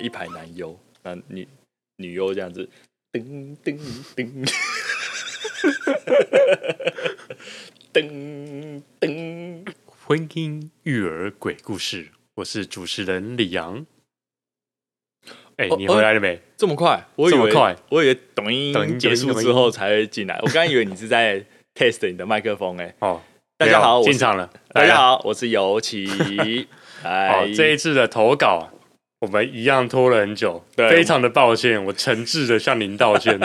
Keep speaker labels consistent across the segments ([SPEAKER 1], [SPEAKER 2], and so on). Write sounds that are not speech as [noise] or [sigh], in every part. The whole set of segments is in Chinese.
[SPEAKER 1] 一排男优，那女女优这样子，噔噔噔， [laughs] 噔噔。
[SPEAKER 2] 婚姻、育儿、鬼故事，我是主持人李阳。哎、
[SPEAKER 1] 哦
[SPEAKER 2] 你回来了没？
[SPEAKER 1] 这么快？我以
[SPEAKER 2] 这么
[SPEAKER 1] 为
[SPEAKER 2] 快
[SPEAKER 1] 我以为抖音
[SPEAKER 2] 抖音
[SPEAKER 1] 结束
[SPEAKER 2] 抖音
[SPEAKER 1] 之后才会进来，我刚以为你是在 test 你的麦克风哎、
[SPEAKER 2] 哦，
[SPEAKER 1] 大家好
[SPEAKER 2] 没有
[SPEAKER 1] 我是
[SPEAKER 2] 进场了。
[SPEAKER 1] 大
[SPEAKER 2] 来
[SPEAKER 1] 家
[SPEAKER 2] 了。
[SPEAKER 1] 好，我是尤其。哎 [laughs]
[SPEAKER 2] 哦，这一次的投稿啊，我们一样拖了很久，
[SPEAKER 1] 对
[SPEAKER 2] 非常的抱歉，我诚挚的向您道
[SPEAKER 1] [laughs]
[SPEAKER 2] 歉。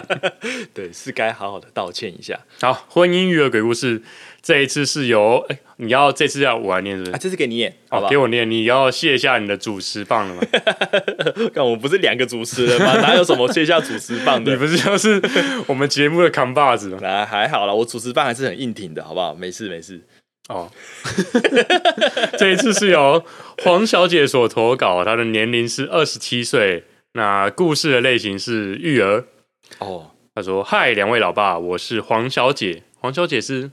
[SPEAKER 1] 对是该好好的道歉一下
[SPEAKER 2] 好，婚姻、育儿、鬼故事，这一次是由哎、你要这次要我来念是不是？
[SPEAKER 1] 啊！这次给你演，好
[SPEAKER 2] 哦
[SPEAKER 1] 吧
[SPEAKER 2] 给？我念，你要卸下你的主持棒了
[SPEAKER 1] [laughs]
[SPEAKER 2] 吗？
[SPEAKER 1] 看我不是两个主持人 [laughs] 吗？哪有什么卸下主持棒
[SPEAKER 2] 你
[SPEAKER 1] 的？
[SPEAKER 2] 不是就是我们节目的扛把子吗？
[SPEAKER 1] 啊，还好啦，我主持棒还是很硬挺的，好不好？没事没事。
[SPEAKER 2] 哦， [laughs] 这一次是由黄小姐所投稿，她的年龄是二十七岁，那故事的类型是育儿。
[SPEAKER 1] 哦，
[SPEAKER 2] 她说：“嗨，两位老爸，我是黄小姐。黄小姐是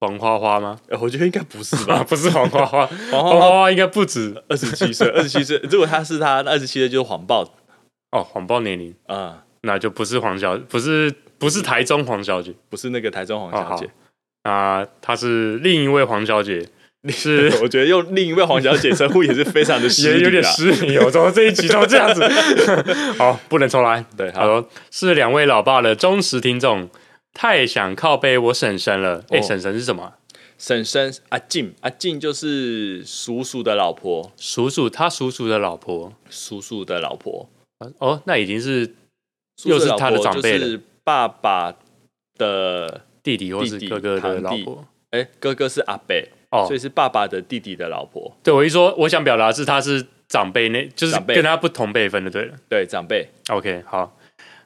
[SPEAKER 2] 黄花
[SPEAKER 1] [laughs]
[SPEAKER 2] 花吗？
[SPEAKER 1] 呃我觉得应该不是
[SPEAKER 2] 啊，
[SPEAKER 1] 吧？ [laughs]
[SPEAKER 2] 不是黄花花，
[SPEAKER 1] 黄
[SPEAKER 2] [laughs] 黄
[SPEAKER 1] 花
[SPEAKER 2] 花
[SPEAKER 1] 花
[SPEAKER 2] 花应该不止
[SPEAKER 1] 二十七岁，二十七岁，如果他是他，二十七岁就是谎报
[SPEAKER 2] [laughs] 哦，谎报年龄，
[SPEAKER 1] 啊、
[SPEAKER 2] 那就不是黄小，不是不是台中黄小姐
[SPEAKER 1] 不是那个台中黄小姐
[SPEAKER 2] 哦。啊、她是另一位黄小姐，
[SPEAKER 1] [laughs]
[SPEAKER 2] 是
[SPEAKER 1] 我觉得用另一位黄小姐称呼也是非常的失
[SPEAKER 2] 也
[SPEAKER 1] 礼
[SPEAKER 2] 有点
[SPEAKER 1] 啦
[SPEAKER 2] 失礼
[SPEAKER 1] 啊
[SPEAKER 2] 哦，怎么这一集都这
[SPEAKER 1] [laughs]
[SPEAKER 2] 样子？好，不能重来。
[SPEAKER 1] 对，
[SPEAKER 2] 他
[SPEAKER 1] 好，
[SPEAKER 2] 说是两位老爸的忠实听众，太想靠背我婶婶了。哎、
[SPEAKER 1] 哦
[SPEAKER 2] 婶婶是什么啊？
[SPEAKER 1] 婶婶阿静，阿静就是叔叔的老婆，
[SPEAKER 2] 叔叔，他叔叔的老婆。
[SPEAKER 1] 叔叔的老婆，
[SPEAKER 2] 哦，那已经是
[SPEAKER 1] 叔叔
[SPEAKER 2] 又是他的
[SPEAKER 1] 老婆
[SPEAKER 2] 长辈了
[SPEAKER 1] 就是爸爸的，
[SPEAKER 2] 弟弟或是
[SPEAKER 1] 弟弟
[SPEAKER 2] 哥哥的老
[SPEAKER 1] 堂弟
[SPEAKER 2] 婆。
[SPEAKER 1] 哎、哥哥是阿伯，
[SPEAKER 2] 哦
[SPEAKER 1] 所以，是爸爸的弟弟的老婆，
[SPEAKER 2] 对我一说，我想表达是他是长辈那，就是
[SPEAKER 1] 长辈
[SPEAKER 2] 跟他不同辈分的，对了。
[SPEAKER 1] 对，长辈。
[SPEAKER 2] OK，好。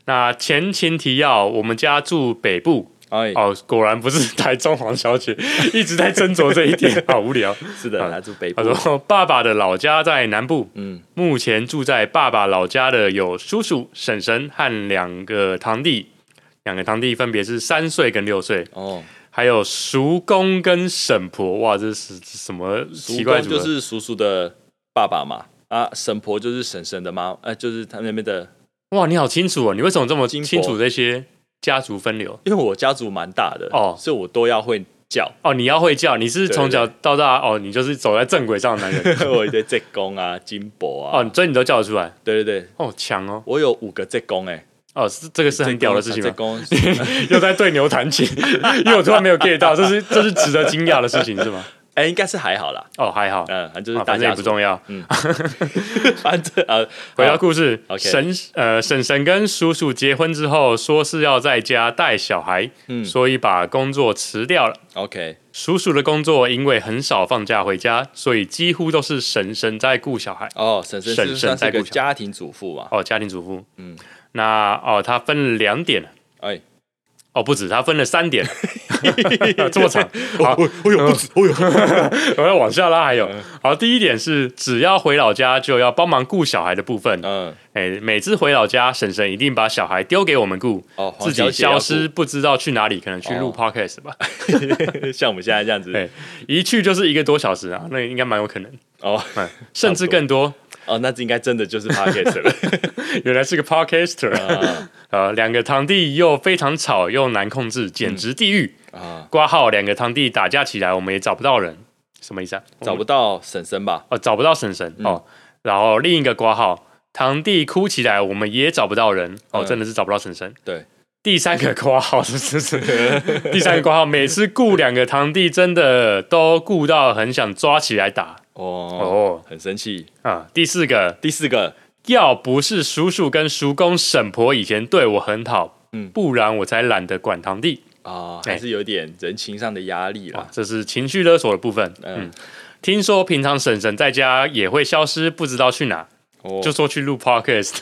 [SPEAKER 2] 那前情提要，我们家住北部
[SPEAKER 1] 哎，
[SPEAKER 2] 哦，果然不是台中黄小姐，一直在斟酌这
[SPEAKER 1] [laughs]
[SPEAKER 2] 一点，好无聊。
[SPEAKER 1] 是的，来自北部
[SPEAKER 2] 他。说，爸爸的老家在南部，
[SPEAKER 1] 嗯，
[SPEAKER 2] 目前住在爸爸老家的有叔叔、婶婶和两个堂弟，两个堂弟分别是三岁跟六岁，
[SPEAKER 1] 哦，
[SPEAKER 2] 还有叔公跟婶婆。哇，这是这是什么
[SPEAKER 1] 叔
[SPEAKER 2] 奇怪
[SPEAKER 1] 公
[SPEAKER 2] 组合？
[SPEAKER 1] 就是叔叔的爸爸嘛，啊，婶婆就是婶婶的妈，呃，就是他那边的，
[SPEAKER 2] 哇，你好清楚哦，你为什么这么
[SPEAKER 1] 金婆
[SPEAKER 2] 清楚这些家族分流？
[SPEAKER 1] 因为我家族蛮大的
[SPEAKER 2] 哦
[SPEAKER 1] 所以我都要会叫， [laughs]
[SPEAKER 2] 哦，你要会叫，你是
[SPEAKER 1] 对
[SPEAKER 2] 从小到大哦，你就是走在正轨上的男人
[SPEAKER 1] [laughs] 我有一堆职工啊、金伯啊，
[SPEAKER 2] 哦，所以你都叫得出来
[SPEAKER 1] 对对对，
[SPEAKER 2] 哦，强哦
[SPEAKER 1] 我有五个职工哎，
[SPEAKER 2] 哦，是这个是很屌的事情
[SPEAKER 1] 职
[SPEAKER 2] 吗？
[SPEAKER 1] 工 [laughs]
[SPEAKER 2] [laughs] 又在对牛弹琴，因为我突然没有 get 到，这是这是值得惊讶的事情是吗？
[SPEAKER 1] 哎，应该是还好啦，
[SPEAKER 2] [laughs] 哦，还好，
[SPEAKER 1] 嗯，反正就是
[SPEAKER 2] 啊
[SPEAKER 1] 大
[SPEAKER 2] 反正
[SPEAKER 1] 家
[SPEAKER 2] 也不重要。
[SPEAKER 1] 要， [laughs] 反正呃，
[SPEAKER 2] 回到
[SPEAKER 1] 好
[SPEAKER 2] 故事，
[SPEAKER 1] OK
[SPEAKER 2] 婶呃婶婶跟叔叔结婚之后，说是要在家带小孩，
[SPEAKER 1] 嗯
[SPEAKER 2] 所以把工作辞掉了。
[SPEAKER 1] OK，
[SPEAKER 2] 叔叔的工作因为很少放假回家，所以几乎都是婶婶在顾小孩。
[SPEAKER 1] 哦，婶婶
[SPEAKER 2] 婶
[SPEAKER 1] 是
[SPEAKER 2] 婶
[SPEAKER 1] 算是
[SPEAKER 2] 在
[SPEAKER 1] 个
[SPEAKER 2] 顾小
[SPEAKER 1] 家庭主妇嘛，
[SPEAKER 2] 哦，家庭主妇，
[SPEAKER 1] 嗯
[SPEAKER 2] 嗯，那哦，他分了两点，
[SPEAKER 1] 哎，
[SPEAKER 2] 哦，不止，他分了三点， [laughs] 这
[SPEAKER 1] [laughs]
[SPEAKER 2] 么长，好，
[SPEAKER 1] 哦
[SPEAKER 2] 嗯
[SPEAKER 1] 我有不止，我有，
[SPEAKER 2] 我要往下拉，还有，
[SPEAKER 1] 嗯
[SPEAKER 2] 好，第一点是只要回老家就要帮忙顾小孩的部分，
[SPEAKER 1] 嗯，
[SPEAKER 2] 哎，每次回老家，婶婶一定把小孩丢给我们顾，
[SPEAKER 1] 哦黄
[SPEAKER 2] 自
[SPEAKER 1] 小
[SPEAKER 2] 己
[SPEAKER 1] 姐要
[SPEAKER 2] 消
[SPEAKER 1] 顾
[SPEAKER 2] 失不知道去哪里，可能去录
[SPEAKER 1] 哦
[SPEAKER 2] podcast 吧。
[SPEAKER 1] [laughs] 像我们现在这样
[SPEAKER 2] [laughs]
[SPEAKER 1] 子，
[SPEAKER 2] 哎、一去就是一个多小时啊，那应该蛮有可能，
[SPEAKER 1] 哦
[SPEAKER 2] 哎甚至更多。
[SPEAKER 1] [laughs] 哦，那这应该真的就是 podcast
[SPEAKER 2] [laughs]
[SPEAKER 1] 了。
[SPEAKER 2] 原来是个 podcaster [laughs]
[SPEAKER 1] 啊
[SPEAKER 2] 呃，两个堂弟又非常吵又难控制，
[SPEAKER 1] 嗯
[SPEAKER 2] 简直地狱。
[SPEAKER 1] 啊，
[SPEAKER 2] 挂号两个堂弟打架起来，我们也找不到人，什么意思啊？
[SPEAKER 1] [laughs] 找
[SPEAKER 2] 我们
[SPEAKER 1] 不到婶婶吧？
[SPEAKER 2] 哦，找不到婶婶、
[SPEAKER 1] 嗯
[SPEAKER 2] 哦。然后另一个挂号堂弟哭起来，我们也找不到人哦，
[SPEAKER 1] 嗯
[SPEAKER 2] 真的是找不到婶婶。
[SPEAKER 1] 对，
[SPEAKER 2] 第三个括号是
[SPEAKER 1] [laughs]
[SPEAKER 2] 是是，第三个括号，每次雇两个堂弟，真的都雇到很想抓起来打
[SPEAKER 1] 哦，
[SPEAKER 2] 哦
[SPEAKER 1] 很生气。
[SPEAKER 2] 啊！第四个，
[SPEAKER 1] 第四个，
[SPEAKER 2] 要不是叔叔跟叔公、婶婆以前对我很好，
[SPEAKER 1] 嗯
[SPEAKER 2] 不然我才懒得管堂弟
[SPEAKER 1] 啊，
[SPEAKER 2] 哎
[SPEAKER 1] 还是有点人情上的压力
[SPEAKER 2] 啊
[SPEAKER 1] 啦。。
[SPEAKER 2] 这是情绪勒索的部分。
[SPEAKER 1] 嗯
[SPEAKER 2] 嗯，听说平常婶婶在家也会消失，不知道去哪，
[SPEAKER 1] 哦，
[SPEAKER 2] 就说去录 podcast，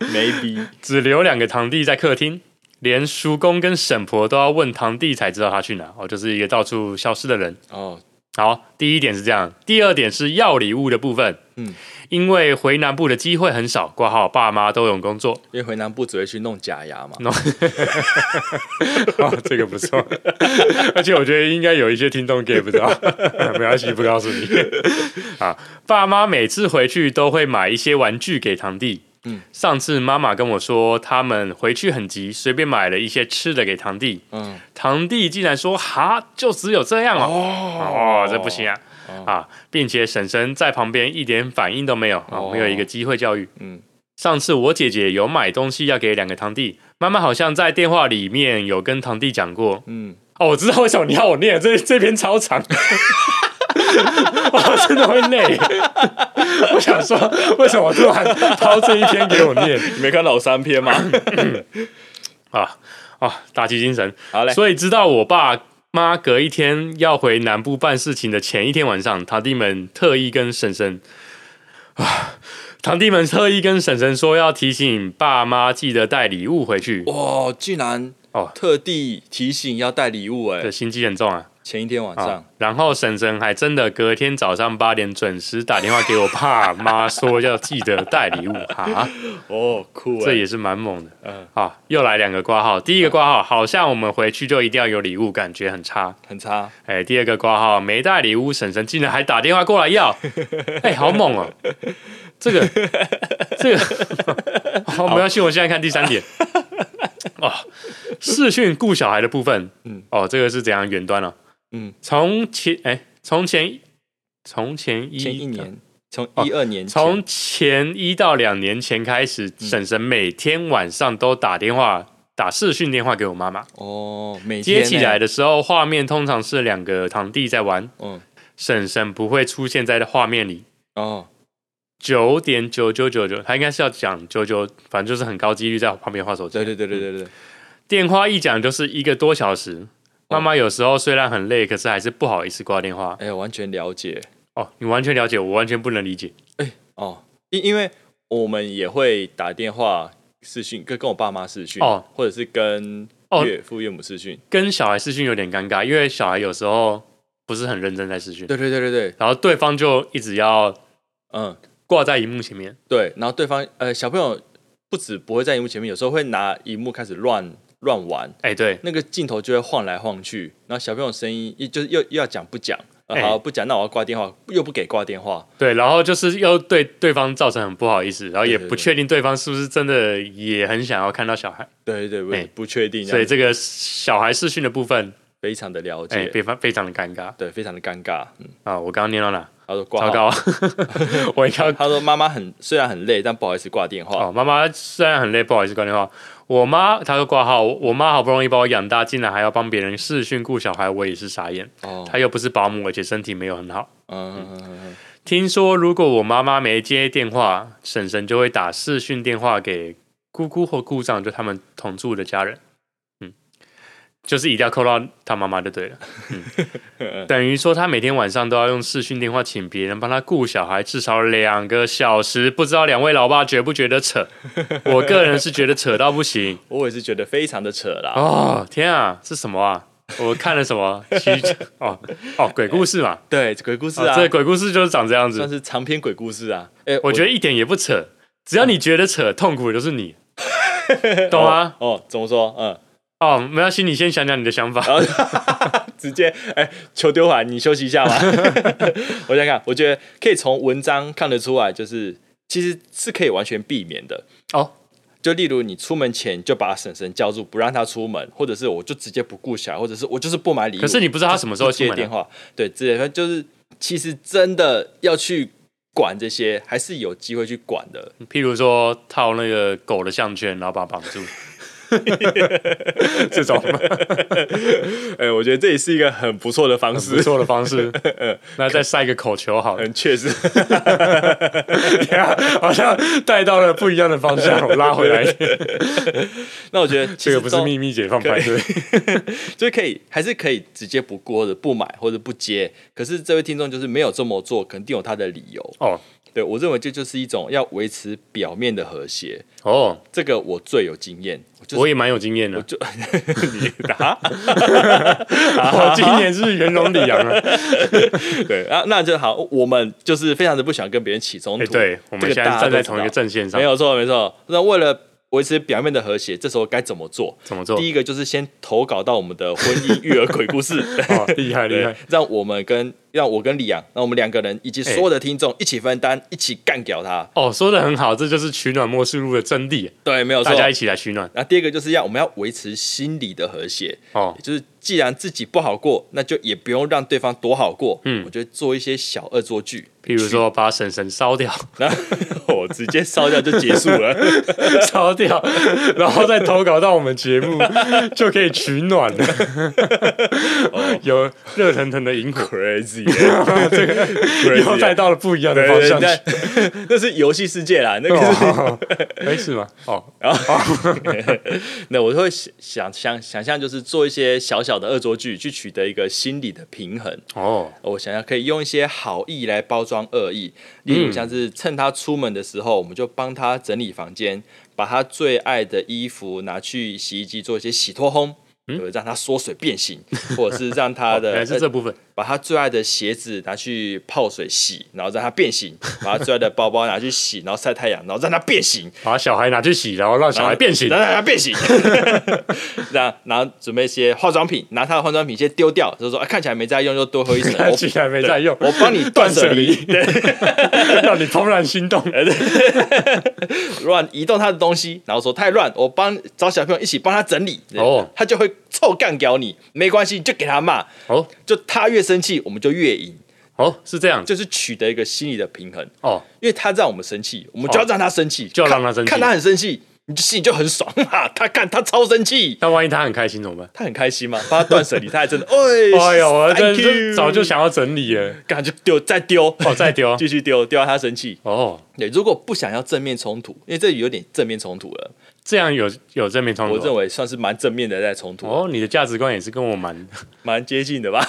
[SPEAKER 1] maybe [laughs]
[SPEAKER 2] 只留两个堂弟在客厅。连叔公跟婶婆都要问堂弟才知道他去哪，哦，就是一个到处消失的人。
[SPEAKER 1] 哦，
[SPEAKER 2] 好，第一点是这样，第二点是要礼物的部分。
[SPEAKER 1] 嗯，
[SPEAKER 2] 因为回南部的机会很少，挂号爸妈都有工作。
[SPEAKER 1] 因为回南部只会去弄假牙嘛。
[SPEAKER 2] [laughs] 哦，这个不错， [laughs] 而且我觉得应该有一些听众 get 不到， [laughs] 没关系，不告诉你。 [laughs] 啊，爸妈每次回去都会买一些玩具给堂弟。
[SPEAKER 1] 嗯，
[SPEAKER 2] 上次妈妈跟我说，他们回去很急，随便买了一些吃的给堂弟。
[SPEAKER 1] 嗯，
[SPEAKER 2] 堂弟竟然说：“哈，就只有这样哦。”
[SPEAKER 1] 哦
[SPEAKER 2] 哦，这不行啊！啊，并且婶婶在旁边一点反应都没有啊，
[SPEAKER 1] 哦
[SPEAKER 2] 没有一个机会教育。
[SPEAKER 1] 嗯，
[SPEAKER 2] 上次我姐姐有买东西要给两个堂弟，妈妈好像在电话里面有跟堂弟讲过。
[SPEAKER 1] 嗯，
[SPEAKER 2] 哦，我知道为什么你要我念这这篇超长。 [laughs] 我真的会累，我想说，为什么突然抛这一篇给我念
[SPEAKER 1] 你没看到我三篇
[SPEAKER 2] [laughs]
[SPEAKER 1] 吗？
[SPEAKER 2] 啊啊！打起精神，
[SPEAKER 1] 好嘞，
[SPEAKER 2] 所以知道我爸妈隔一天要回南部办事情的前一天晚上，堂弟们特意跟婶婶 [sighs] 啊，堂弟们特意跟婶婶说要提醒爸妈记得带礼物回去。
[SPEAKER 1] 哇，竟然
[SPEAKER 2] 哦
[SPEAKER 1] 特地提醒要带礼物哎、
[SPEAKER 2] 这心机很重啊！
[SPEAKER 1] 前一天晚上
[SPEAKER 2] 啊，然后婶婶还真的隔天早上八点准时打电话给我爸妈，说要记得带
[SPEAKER 1] [laughs]
[SPEAKER 2] 礼物啊，
[SPEAKER 1] 哦，酷
[SPEAKER 2] 这也是蛮猛的。
[SPEAKER 1] 嗯
[SPEAKER 2] 啊，又来两个挂号，第一个挂号好像我们回去就一定要有礼物，感觉很差。
[SPEAKER 1] 很差，
[SPEAKER 2] 哎，第二个挂号没带礼物，婶婶竟然还打电话过来
[SPEAKER 1] [laughs]
[SPEAKER 2] 要，哎，好猛哦！这个，这个，好，没关系，我现在看第三点。哦，视讯顾小孩的部分，
[SPEAKER 1] 嗯
[SPEAKER 2] 哦，这个是怎样远端了、
[SPEAKER 1] 嗯，
[SPEAKER 2] 从前，哎，从前，从前一啊
[SPEAKER 1] 前一年，从一二年前，嗯
[SPEAKER 2] 从前一到两年前开始，婶婶每天晚上都打电话，打视讯电话给我妈妈。
[SPEAKER 1] 哦，每天
[SPEAKER 2] 接起来
[SPEAKER 1] 的，
[SPEAKER 2] 的时候，画面通常是两个堂弟在玩。
[SPEAKER 1] 嗯，
[SPEAKER 2] 婶婶不会出现在画面里。
[SPEAKER 1] 哦，
[SPEAKER 2] 九点九九九九，他应该是要讲九九，反正就是很高几率在旁边划手机。
[SPEAKER 1] 对对对对对对，
[SPEAKER 2] 电话一讲就是一个多小时。妈
[SPEAKER 1] 哦
[SPEAKER 2] 妈有时候虽然很累，可是还是不好意思挂电话。
[SPEAKER 1] 哎、完全了解
[SPEAKER 2] 哦，你完全了解，我完全不能理解。
[SPEAKER 1] 哦，因因为我们也会打电话视讯，跟跟我爸妈视讯，
[SPEAKER 2] 哦，
[SPEAKER 1] 或者是跟
[SPEAKER 2] 哦
[SPEAKER 1] 岳父岳母视讯，
[SPEAKER 2] 跟小孩视讯有点尴尬，因为小孩有时候不是很认真在视讯，
[SPEAKER 1] 对对对对对，
[SPEAKER 2] 然后对方就一直要
[SPEAKER 1] 嗯，
[SPEAKER 2] 挂在荧幕前面。
[SPEAKER 1] 对，然后对方呃小朋友不止不会在荧幕前面，有时候会拿荧幕开始乱乱玩，
[SPEAKER 2] 哎，对，
[SPEAKER 1] 那个镜头就会晃来晃去，然后小朋友声音又就是又又要讲不讲，
[SPEAKER 2] 哎
[SPEAKER 1] 呃、好不讲，那我要挂电话，又不给挂电话，
[SPEAKER 2] 对，然后就是又对对方造成很不好意思，然后也
[SPEAKER 1] 对对
[SPEAKER 2] 不
[SPEAKER 1] 对
[SPEAKER 2] 确定对方是不是真的也很想要看到小孩。
[SPEAKER 1] 对对对，
[SPEAKER 2] 哎
[SPEAKER 1] 不确定，
[SPEAKER 2] 所以
[SPEAKER 1] 这样
[SPEAKER 2] 这个小孩视讯的部分，
[SPEAKER 1] 非常的了
[SPEAKER 2] 哎、
[SPEAKER 1] 解，
[SPEAKER 2] 非常非常的尴尬
[SPEAKER 1] 对，非常的尴尬，嗯，
[SPEAKER 2] 啊！我刚刚念到哪？
[SPEAKER 1] 他说挂
[SPEAKER 2] 糟
[SPEAKER 1] 号， [laughs]
[SPEAKER 2] 糕，我一刚
[SPEAKER 1] 他说妈妈很虽然很累，但不好意思挂电话，
[SPEAKER 2] [laughs] 哦，妈妈虽然很累，不好意思挂电话。我妈她说挂号，我我妈好不容易把我养大，竟然还要帮别人视讯顾小孩，我也是傻眼。
[SPEAKER 1] 哦，
[SPEAKER 2] 她又不是保姆，而且身体没有很好。
[SPEAKER 1] 嗯嗯，
[SPEAKER 2] 听说如果我妈妈没接电话，婶婶就会打视讯电话给姑姑或姑丈，就他们同住的家人。嗯，就是一定要扣到他妈妈就对了。嗯，等于说他每天晚上都要用视讯电话请别人帮他顾小孩，至少两个小时。不知道两位老爸觉不觉得扯？我个人是觉得扯到不行。
[SPEAKER 1] 我也是觉得非常的扯啦，
[SPEAKER 2] 哦，天啊，是什么啊？我看了什么？其实哦哦，鬼故事嘛。
[SPEAKER 1] 对，鬼故事
[SPEAKER 2] 哦
[SPEAKER 1] 啊，
[SPEAKER 2] 这鬼故事就是长这样子
[SPEAKER 1] 算。是长篇鬼故事啊，哎，
[SPEAKER 2] 我觉得一点也不扯，只要你觉得扯，痛苦的就是 [laughs] 你，懂吗？
[SPEAKER 1] 哦，哦怎么说，嗯。
[SPEAKER 2] 哦，没关系，你先讲讲你的想法。
[SPEAKER 1] 然后直接哎、球丢完，你休息一
[SPEAKER 2] [laughs]
[SPEAKER 1] 下吧。我想想看，我觉得可以从文章看得出来，就是其实是可以完全避免的。
[SPEAKER 2] 哦，
[SPEAKER 1] 就例如你出门前就把婶婶叫住，不让她出门，或者是我就直接不顾小孩，或者是我就是不买礼物。
[SPEAKER 2] 可是你不知道他什么时候
[SPEAKER 1] 不
[SPEAKER 2] 出
[SPEAKER 1] 接
[SPEAKER 2] 门
[SPEAKER 1] 电
[SPEAKER 2] 啊、
[SPEAKER 1] 话，对，之类的，就是其实真的要去管这些，还是有机会去管的。
[SPEAKER 2] 譬如说套那个狗的项圈，然后把它绑 [laughs] 住，这种
[SPEAKER 1] 哎、我觉得这也是一个很不错的方
[SPEAKER 2] 不
[SPEAKER 1] 式，
[SPEAKER 2] 错的方式。 [laughs] 那再塞一个口球 [laughs] 好了，
[SPEAKER 1] 很确实。
[SPEAKER 2] 啊好像带到了不一样的方向，我拉 [laughs] 回来。
[SPEAKER 1] 那我觉得其
[SPEAKER 2] 这
[SPEAKER 1] 实
[SPEAKER 2] 个不是
[SPEAKER 1] 都
[SPEAKER 2] 秘密解放派 [laughs] 对，
[SPEAKER 1] 就是可以，还是可以直接不过的不买或者不接。可是这位听众就是没有这么做，肯定有他的理由。
[SPEAKER 2] 哦，
[SPEAKER 1] 对我认为这就是一种要维持表面的和谐，
[SPEAKER 2] 哦，
[SPEAKER 1] 这个我最有经验。就是
[SPEAKER 2] 我也蛮有经验的
[SPEAKER 1] 我，就 [laughs] 你答
[SPEAKER 2] 我 [laughs] 今年是袁隆李阳啊。
[SPEAKER 1] 对啊，那就好。我们就是非常的不想跟别人起冲突，
[SPEAKER 2] 哎，对，我们
[SPEAKER 1] 这个
[SPEAKER 2] 现在
[SPEAKER 1] 大家
[SPEAKER 2] 站在
[SPEAKER 1] 都知
[SPEAKER 2] 同一个
[SPEAKER 1] 道
[SPEAKER 2] 阵线上
[SPEAKER 1] 没，有错，没错。那为了维持表面的和谐，这时候该怎么做？
[SPEAKER 2] 怎么 [laughs] 做？
[SPEAKER 1] 第一个就是先投稿到我们的婚姻育儿鬼故
[SPEAKER 2] [laughs]
[SPEAKER 1] 事，
[SPEAKER 2] 哦，厉害厉
[SPEAKER 1] 对
[SPEAKER 2] 害，，
[SPEAKER 1] 让我们跟让我跟李阳，让我们两个人以及所有的听众一起分担，一起干掉他。
[SPEAKER 2] 哦，说的很好，这就是取暖末世录的真谛，
[SPEAKER 1] 对，没有错
[SPEAKER 2] 大。家一起来取暖
[SPEAKER 1] 那第二个就是要我们要维持心理的和谐，
[SPEAKER 2] 哦。
[SPEAKER 1] 就是既然自己不好过，那就也不用让对方多好过。
[SPEAKER 2] 嗯
[SPEAKER 1] 我觉得做一些小恶作剧，
[SPEAKER 2] 譬如说把婶婶烧掉， [laughs]
[SPEAKER 1] 那 [laughs] 我直接烧掉就结束了。
[SPEAKER 2] 烧掉，然后再投稿到我们
[SPEAKER 1] [laughs]
[SPEAKER 2] 节目，就可以取暖了。
[SPEAKER 1] 哦
[SPEAKER 2] 有热腾腾的萤火，
[SPEAKER 1] Crazy，欸 [laughs]
[SPEAKER 2] 这个
[SPEAKER 1] 啊
[SPEAKER 2] 又带到了不一样的方向
[SPEAKER 1] 对，
[SPEAKER 2] 去。
[SPEAKER 1] 但 [laughs] 那是游戏世界啦，那个 [laughs] 是
[SPEAKER 2] 哦，哎是吗？哦，
[SPEAKER 1] 那我会想想想想象，就是做一些小小的恶作剧，去取得一个心理的平衡。
[SPEAKER 2] 哦，
[SPEAKER 1] 呃我想要可以用一些好意来包装恶意，例
[SPEAKER 2] 嗯
[SPEAKER 1] 如像是趁他出门的时候，我们就帮他整理房间，把他最爱的衣服拿去洗衣机做一些洗脱烘。对，让他缩水变
[SPEAKER 2] [laughs]
[SPEAKER 1] 形，或者是让他的
[SPEAKER 2] 嗯哦原来是
[SPEAKER 1] 呃
[SPEAKER 2] 这部分。
[SPEAKER 1] 把他最爱的鞋子拿去泡水洗，然后让它变形； [laughs] 把他最爱的包包拿去洗，然后晒太阳，然后让它变形。
[SPEAKER 2] 把小孩拿去洗，然后让小孩变形。
[SPEAKER 1] 然后让它
[SPEAKER 2] [laughs]
[SPEAKER 1] 变形。 [laughs] 那然后准备一些化妆品，拿他的化妆品先丢掉，就是说、啊、看起来没在用，就多喝一层。
[SPEAKER 2] [laughs] 看起来没在用，
[SPEAKER 1] 我帮你断舍离，
[SPEAKER 2] [laughs]
[SPEAKER 1] 哎
[SPEAKER 2] 断舍离，让你怦然心动。
[SPEAKER 1] [laughs] 乱移动他的东西，然后说太乱，我帮找小朋友一起帮他整理。
[SPEAKER 2] 哦
[SPEAKER 1] 哦，他就会臭干掉你，没关系，你就给他骂。
[SPEAKER 2] 哦
[SPEAKER 1] 就他越生气，我们就越赢，
[SPEAKER 2] 哦，是这样
[SPEAKER 1] 就是取得一个心理的平衡。
[SPEAKER 2] 哦，
[SPEAKER 1] 因为他让我们生气，我们就要让他生气，
[SPEAKER 2] 就要
[SPEAKER 1] 看
[SPEAKER 2] 让他生气
[SPEAKER 1] 看他很生气，你就心里就很爽啊！ [laughs] 他看他超生气，
[SPEAKER 2] 那万一他很开心怎么办？
[SPEAKER 1] 他很开心嘛，帮他断舍离，他还真的， [laughs] 哎
[SPEAKER 2] 哎呦，我真
[SPEAKER 1] thank
[SPEAKER 2] 是
[SPEAKER 1] you
[SPEAKER 2] 早就想要整理了。
[SPEAKER 1] 感觉丢再丢， [laughs]
[SPEAKER 2] 哦，再丢
[SPEAKER 1] 继续丢，丢到他生气。
[SPEAKER 2] 哦，
[SPEAKER 1] 对，如果不想要正面冲突，因为这有点正面冲突了，
[SPEAKER 2] 这样有有正面冲
[SPEAKER 1] 我认
[SPEAKER 2] 突。
[SPEAKER 1] 为算是蛮正面的在冲突，
[SPEAKER 2] 哦，你的价值观也是跟我蛮， [laughs]
[SPEAKER 1] 蛮接近的吧，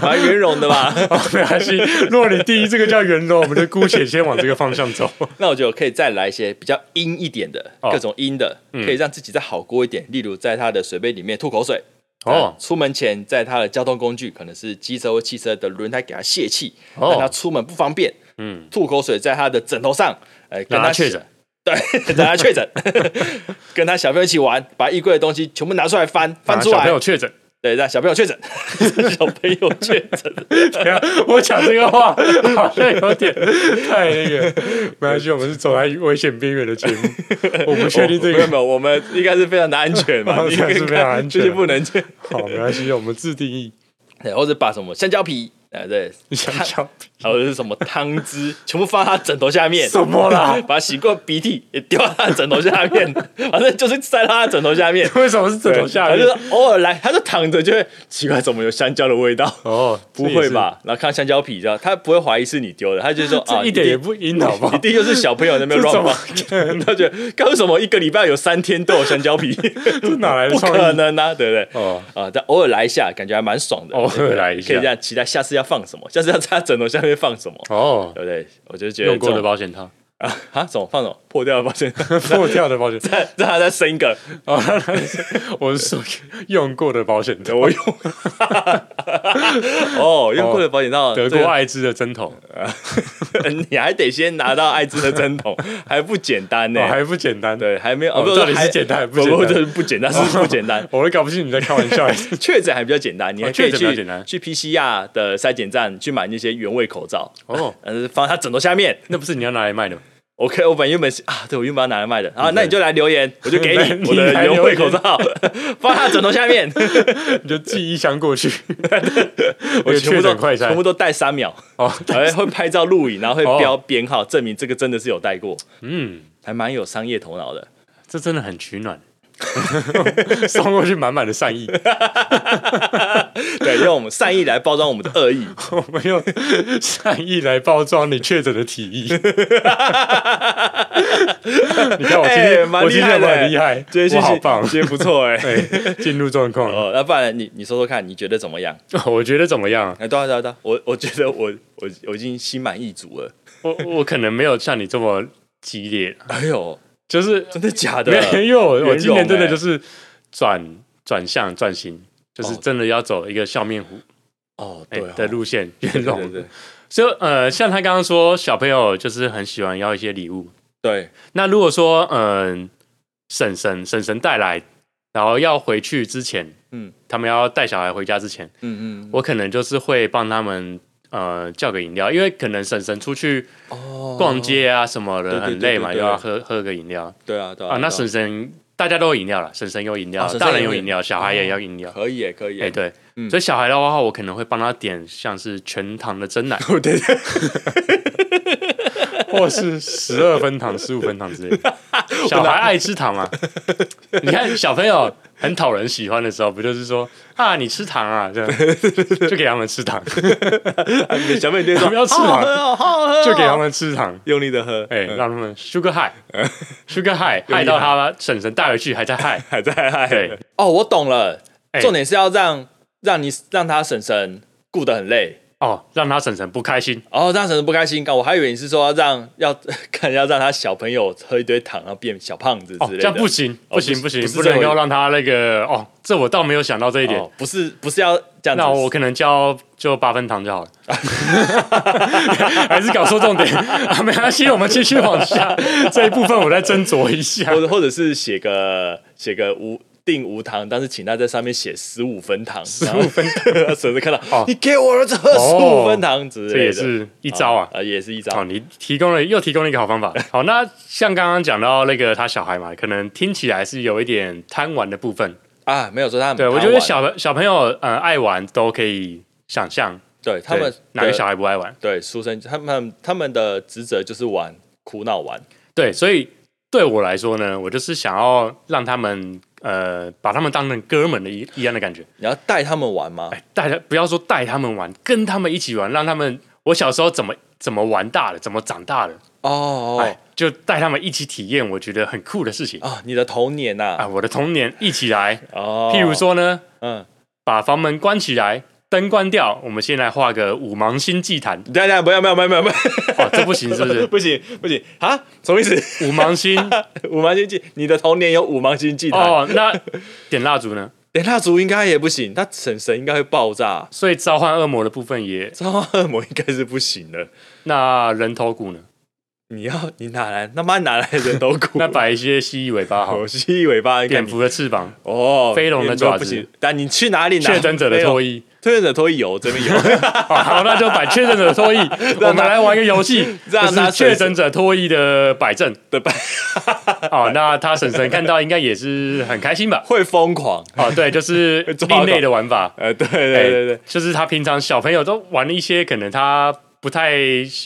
[SPEAKER 1] 蛮圆融的
[SPEAKER 2] [laughs]
[SPEAKER 1] 吧。
[SPEAKER 2] 哦，没关系。如果你第一这个叫圆融，我们就姑且先往这个方向
[SPEAKER 1] [laughs]
[SPEAKER 2] 走。
[SPEAKER 1] 那我觉得我可以再来一些比较阴一点的，
[SPEAKER 2] 哦
[SPEAKER 1] 各种阴的，可以让自己再好过一点。例如，在他的水杯里面吐口水。
[SPEAKER 2] 哦
[SPEAKER 1] 哦，出门前在他的交通工具，可能是机车或汽车的轮胎给他泄气，
[SPEAKER 2] 哦
[SPEAKER 1] 让他出门不方便。
[SPEAKER 2] 嗯，
[SPEAKER 1] 吐口水在他的枕头上，呃，跟
[SPEAKER 2] 让
[SPEAKER 1] 他
[SPEAKER 2] 他确诊，
[SPEAKER 1] 对， [laughs] 让他确诊，跟他小朋友一起玩，把衣柜的东西全部拿出来翻翻
[SPEAKER 2] 啊
[SPEAKER 1] 出
[SPEAKER 2] 小朋
[SPEAKER 1] 来
[SPEAKER 2] 友，确诊。 [laughs]
[SPEAKER 1] 对，让小朋友确诊，小朋友确诊，
[SPEAKER 2] 等一下啊我讲这个话好像有点太那个，没关系，我们是走在危险边缘的节目，
[SPEAKER 1] [laughs]
[SPEAKER 2] 我不 [laughs] 确定这
[SPEAKER 1] 哦没有
[SPEAKER 2] 个。
[SPEAKER 1] 没有，我们应该是非常的安全嘛，
[SPEAKER 2] 我
[SPEAKER 1] 你
[SPEAKER 2] 们还是非常安全
[SPEAKER 1] 这些不能见，
[SPEAKER 2] 好，没关系，我们自定义
[SPEAKER 1] 对，或者把什么香蕉皮，呃，对，
[SPEAKER 2] 想
[SPEAKER 1] 汤 [laughs]
[SPEAKER 2] 想
[SPEAKER 1] 还有是什么汤汁，全部放到他枕头下面，
[SPEAKER 2] 什么啦？
[SPEAKER 1] [laughs] 把洗过鼻涕也丢到他的枕头下
[SPEAKER 2] [laughs]
[SPEAKER 1] 面，反正就是塞到他的枕头下面。
[SPEAKER 2] 为什么是枕头下
[SPEAKER 1] 他就？
[SPEAKER 2] 面
[SPEAKER 1] 是偶尔来，他就躺着就会奇怪，怎么有香蕉的味
[SPEAKER 2] [laughs]
[SPEAKER 1] 道？
[SPEAKER 2] 哦，
[SPEAKER 1] 不会？吧？然后看到香蕉皮，知道他不会怀疑是你丢的，他就说啊，
[SPEAKER 2] [laughs] 这一点也
[SPEAKER 1] 定
[SPEAKER 2] 不阴好不好
[SPEAKER 1] 一？定就是小朋友在
[SPEAKER 2] [laughs]
[SPEAKER 1] 那边
[SPEAKER 2] 这怎
[SPEAKER 1] 乱
[SPEAKER 2] 么
[SPEAKER 1] 放。 [laughs] 他觉得，刚为什么一个礼拜有三天都有香蕉
[SPEAKER 2] [laughs]
[SPEAKER 1] 皮？ [laughs]
[SPEAKER 2] 这哪来的
[SPEAKER 1] 不
[SPEAKER 2] 创
[SPEAKER 1] 可
[SPEAKER 2] 意？
[SPEAKER 1] 能啊，对不对？
[SPEAKER 2] 哦，
[SPEAKER 1] 啊，但偶尔来一下，感觉还蛮爽的。
[SPEAKER 2] 偶尔来一
[SPEAKER 1] 可
[SPEAKER 2] 下
[SPEAKER 1] 以这样期待下次要放什么，下次要在他枕头下面放什么，
[SPEAKER 2] 哦，
[SPEAKER 1] 对不对？我就觉得
[SPEAKER 2] 用过
[SPEAKER 1] 这
[SPEAKER 2] 的
[SPEAKER 1] 种 [laughs]
[SPEAKER 2] 保险套，
[SPEAKER 1] 啊啊，怎么放什么破掉的保 [laughs] 险，
[SPEAKER 2] 破掉的保险。
[SPEAKER 1] 让让他再生一个，
[SPEAKER 2] 哦， [laughs] 我是说用过的保险套，
[SPEAKER 1] 我用 [laughs] 哦，用过的保险套，
[SPEAKER 2] 德
[SPEAKER 1] 这个
[SPEAKER 2] 国艾滋的针头，
[SPEAKER 1] [laughs] 你还得先拿到艾滋的针筒，还不简单呢、
[SPEAKER 2] 哦，还不简单。
[SPEAKER 1] [laughs] 对，还没有，
[SPEAKER 2] 哦
[SPEAKER 1] 啊不
[SPEAKER 2] 到底是
[SPEAKER 1] 还
[SPEAKER 2] 简单还不
[SPEAKER 1] 不
[SPEAKER 2] 简单。
[SPEAKER 1] 这不简单，是不简单
[SPEAKER 2] 哦 [laughs] 我都搞不清你在开玩
[SPEAKER 1] [laughs]
[SPEAKER 2] 笑还是。
[SPEAKER 1] 确诊还比较简单，你还可
[SPEAKER 2] 哦确
[SPEAKER 1] 以
[SPEAKER 2] 诊比较简
[SPEAKER 1] 去
[SPEAKER 2] 单
[SPEAKER 1] 去 PCR 的筛检站去买那些原味口罩，
[SPEAKER 2] 哦，
[SPEAKER 1] 呃，放在它枕头下面。
[SPEAKER 2] 那不是你要拿来
[SPEAKER 1] [laughs]
[SPEAKER 2] 卖的吗？
[SPEAKER 1] OK，我本原本是啊，对我原本要拿来卖的啊，那你就来留
[SPEAKER 2] [laughs]
[SPEAKER 1] 言，我就给
[SPEAKER 2] 你
[SPEAKER 1] 你我的
[SPEAKER 2] 来
[SPEAKER 1] 原
[SPEAKER 2] 留
[SPEAKER 1] 味
[SPEAKER 2] 言
[SPEAKER 1] 口罩， [laughs] 放它枕头下
[SPEAKER 2] [laughs]
[SPEAKER 1] 面，
[SPEAKER 2] 你就寄一箱过去，
[SPEAKER 1] 我
[SPEAKER 2] 我
[SPEAKER 1] 全部
[SPEAKER 2] 确
[SPEAKER 1] 都
[SPEAKER 2] 诊快筛
[SPEAKER 1] 全部都带三
[SPEAKER 2] [laughs]
[SPEAKER 1] 秒，
[SPEAKER 2] 哦，
[SPEAKER 1] 哎，会拍照录影，然后会
[SPEAKER 2] 哦
[SPEAKER 1] 标编号，证明这个真的是有带过，
[SPEAKER 2] 嗯，
[SPEAKER 1] 还蛮有商业头脑的。
[SPEAKER 2] 这真的很取暖， [laughs] 送过去满满的善意，
[SPEAKER 1] 对，用我们善意来包装我们的恶意。
[SPEAKER 2] 我们
[SPEAKER 1] [laughs]
[SPEAKER 2] 用善意来包装你确诊的体液，你 [laughs] 看我今
[SPEAKER 1] 哎
[SPEAKER 2] 天，
[SPEAKER 1] 蛮
[SPEAKER 2] 哦我今
[SPEAKER 1] 厉害
[SPEAKER 2] 天
[SPEAKER 1] 的
[SPEAKER 2] 很厉害，
[SPEAKER 1] 今天
[SPEAKER 2] 我好棒，
[SPEAKER 1] 今天不错哎、
[SPEAKER 2] [laughs] 对，进入状况了。
[SPEAKER 1] 哦，那不然你你说说看，你觉得怎么样？
[SPEAKER 2] [laughs] 哦我觉得怎么样？
[SPEAKER 1] 哎，对啊对啊对啊，我我觉得我我我已经心满意足了。
[SPEAKER 2] 我我可能没有像你这么激烈，
[SPEAKER 1] [laughs]
[SPEAKER 2] 啊
[SPEAKER 1] 哎呦，
[SPEAKER 2] 就是
[SPEAKER 1] 真的假的？
[SPEAKER 2] 没有，我今
[SPEAKER 1] 圆
[SPEAKER 2] 年
[SPEAKER 1] 融
[SPEAKER 2] 真的
[SPEAKER 1] 欸
[SPEAKER 2] 就是转转向转型，就是
[SPEAKER 1] 哦
[SPEAKER 2] 真的要走一个笑面虎
[SPEAKER 1] 哦，
[SPEAKER 2] 哎
[SPEAKER 1] 对哦
[SPEAKER 2] 的路线，圆
[SPEAKER 1] 对对
[SPEAKER 2] 融。
[SPEAKER 1] 对
[SPEAKER 2] 所以呃，像他刚刚说，小朋友就是很喜欢要一些礼物。
[SPEAKER 1] 对，
[SPEAKER 2] 那如果说嗯、婶婶婶婶带来，然后要回去之前，
[SPEAKER 1] 嗯
[SPEAKER 2] 他们要带小孩回家之前，
[SPEAKER 1] 嗯嗯，
[SPEAKER 2] 我可能就是会帮他们呃叫个饮料，因为可能婶婶出去
[SPEAKER 1] 哦
[SPEAKER 2] 逛，街啊什么
[SPEAKER 1] 对
[SPEAKER 2] 的
[SPEAKER 1] 对
[SPEAKER 2] 很累嘛，
[SPEAKER 1] 对对
[SPEAKER 2] 又
[SPEAKER 1] 对
[SPEAKER 2] 要喝喝个饮料
[SPEAKER 1] 对啊对
[SPEAKER 2] 啊。那
[SPEAKER 1] 对
[SPEAKER 2] 婶婶大家都有饮料了，婶婶有饮
[SPEAKER 1] 啊
[SPEAKER 2] 料，
[SPEAKER 1] 婶婶
[SPEAKER 2] 大人
[SPEAKER 1] 有
[SPEAKER 2] 有
[SPEAKER 1] 饮哦
[SPEAKER 2] 饮料，小孩也要饮料。
[SPEAKER 1] 可以耶可以耶，
[SPEAKER 2] 哎，对
[SPEAKER 1] 嗯，
[SPEAKER 2] 所以小孩的话，我可能会帮他点像是全糖
[SPEAKER 1] [laughs]
[SPEAKER 2] 的真奶，
[SPEAKER 1] 对 [laughs] 对对，
[SPEAKER 2] 或是十二分糖、十五分糖之
[SPEAKER 1] [laughs]
[SPEAKER 2] 类的。小孩爱吃糖嘛？ [laughs] 你看小朋友很讨人喜欢的时候，不就是说啊，你吃糖啊，
[SPEAKER 1] [laughs]
[SPEAKER 2] 这样就给他们吃糖，
[SPEAKER 1] 啊你的小妹对说
[SPEAKER 2] 不要吃
[SPEAKER 1] 好好
[SPEAKER 2] 嘛
[SPEAKER 1] 喝哦，好好喝哦，
[SPEAKER 2] 就给他们吃糖。
[SPEAKER 1] 用力的喝，嗯
[SPEAKER 2] 哎、让他们
[SPEAKER 1] [laughs]
[SPEAKER 2] sugar high，sugar high，害到他婶婶带回去还在 high，
[SPEAKER 1] 还在嗨
[SPEAKER 2] 对，
[SPEAKER 1] 哦，我懂了
[SPEAKER 2] 哎，
[SPEAKER 1] 重点是要让让你让他婶婶顾得很累。
[SPEAKER 2] 哦，让他婶婶不开心，
[SPEAKER 1] 哦，让婶婶不开心，干我还以为你是说要让要 [laughs] 看要让他小朋友喝一堆糖，然后变小胖子之
[SPEAKER 2] 哦，
[SPEAKER 1] 类的。
[SPEAKER 2] 这样不行，
[SPEAKER 1] 哦
[SPEAKER 2] 不行，
[SPEAKER 1] 不
[SPEAKER 2] 不
[SPEAKER 1] 是
[SPEAKER 2] 行，
[SPEAKER 1] 不
[SPEAKER 2] 不
[SPEAKER 1] 是
[SPEAKER 2] 能
[SPEAKER 1] 这
[SPEAKER 2] 够
[SPEAKER 1] 样
[SPEAKER 2] 让他那个哦，这我倒没有想到这一点。
[SPEAKER 1] 哦，不是不是要这样子。
[SPEAKER 2] 那我可能叫就八分糖就好了， [laughs] 还是搞错重点啊？没关系，我们继续往下这一部分，我再斟酌一下。
[SPEAKER 1] 或者或者是写个写个无定无糖，但是请他在上面写十五分糖，十五分 [laughs] 糖，然后婶子看到、
[SPEAKER 2] 哦
[SPEAKER 1] 你给我儿子喝十五分糖之类
[SPEAKER 2] 这
[SPEAKER 1] 的，
[SPEAKER 2] 也是一招啊
[SPEAKER 1] 啊、！也是一
[SPEAKER 2] 好，
[SPEAKER 1] 招，
[SPEAKER 2] 你提供了又提供了一个好方法。好，那像刚刚讲到那个他小孩嘛，可能听起来是有一点贪玩的部分。
[SPEAKER 1] 啊，没有说他很
[SPEAKER 2] 对，我
[SPEAKER 1] 贪
[SPEAKER 2] 觉得
[SPEAKER 1] 玩
[SPEAKER 2] 小朋小朋友呃爱玩都可以想象，
[SPEAKER 1] 对他们
[SPEAKER 2] 对哪个小
[SPEAKER 1] 孩
[SPEAKER 2] 孩不爱玩？
[SPEAKER 1] 对书生，他们他们的职责就是玩哭闹玩，
[SPEAKER 2] 对，所以对我来说呢，我就是想要让他们呃把他们当成哥们的一一样的感觉。
[SPEAKER 1] 你要带他们玩吗？
[SPEAKER 2] 哎，带他不要说带他们玩，跟他们一起玩，让他们我小时候怎么怎么玩大的，怎么长大的，
[SPEAKER 1] 哦
[SPEAKER 2] 哎，就带他们一起体验，我觉得很酷的事情
[SPEAKER 1] 哦啊，你的童年呐、
[SPEAKER 2] 啊！我的童年一起来，
[SPEAKER 1] 哦，
[SPEAKER 2] 譬如，说呢，
[SPEAKER 1] 嗯，。
[SPEAKER 2] 把房门关起来。灯关掉，我们先来画个五芒星祭坛
[SPEAKER 1] 等一下等一下，不要不要不要不要不要，
[SPEAKER 2] 哦，这不行是不
[SPEAKER 1] [laughs]
[SPEAKER 2] 是？
[SPEAKER 1] 不行不行啊，什么意思？ [laughs]
[SPEAKER 2] 五芒星
[SPEAKER 1] 五芒星祭，你的童年有五芒星祭坛
[SPEAKER 2] 哦，那点蜡烛呢？
[SPEAKER 1] 点哎蜡烛应该也不行，他婶婶应该会爆炸，
[SPEAKER 2] 所以召唤恶魔的部分也，
[SPEAKER 1] 召唤恶魔应该是不行的。
[SPEAKER 2] 那人头骨呢？
[SPEAKER 1] 你要你哪来？他妈哪来的人头骨？
[SPEAKER 2] [laughs] 那摆一些蜥蜴尾巴好，
[SPEAKER 1] 我蜥蜴尾巴，
[SPEAKER 2] 蝙
[SPEAKER 1] 蝙
[SPEAKER 2] 蝠的翅膀，
[SPEAKER 1] 哦，
[SPEAKER 2] 飞龙的爪
[SPEAKER 1] 不
[SPEAKER 2] 子
[SPEAKER 1] 行。但你去哪里拿？
[SPEAKER 2] 确诊者的
[SPEAKER 1] 没有
[SPEAKER 2] 脱衣。
[SPEAKER 1] 确诊者脱衣有这边
[SPEAKER 2] [laughs]
[SPEAKER 1] 有，
[SPEAKER 2] 好好，那就摆确诊者
[SPEAKER 1] [laughs]
[SPEAKER 2] 的脱衣。我们来玩一个游戏，
[SPEAKER 1] 让
[SPEAKER 2] 就是
[SPEAKER 1] 他
[SPEAKER 2] 确诊者脱衣的摆正。
[SPEAKER 1] 对吧？
[SPEAKER 2] 哦，那他婶婶看到应该也是很开心吧？
[SPEAKER 1] [laughs] 会疯狂。
[SPEAKER 2] 哦，对，就是
[SPEAKER 1] [laughs] 抓到
[SPEAKER 2] 另类的玩法。
[SPEAKER 1] 呃，对对对对
[SPEAKER 2] 哎就是他平常小朋友都玩一些可能他不太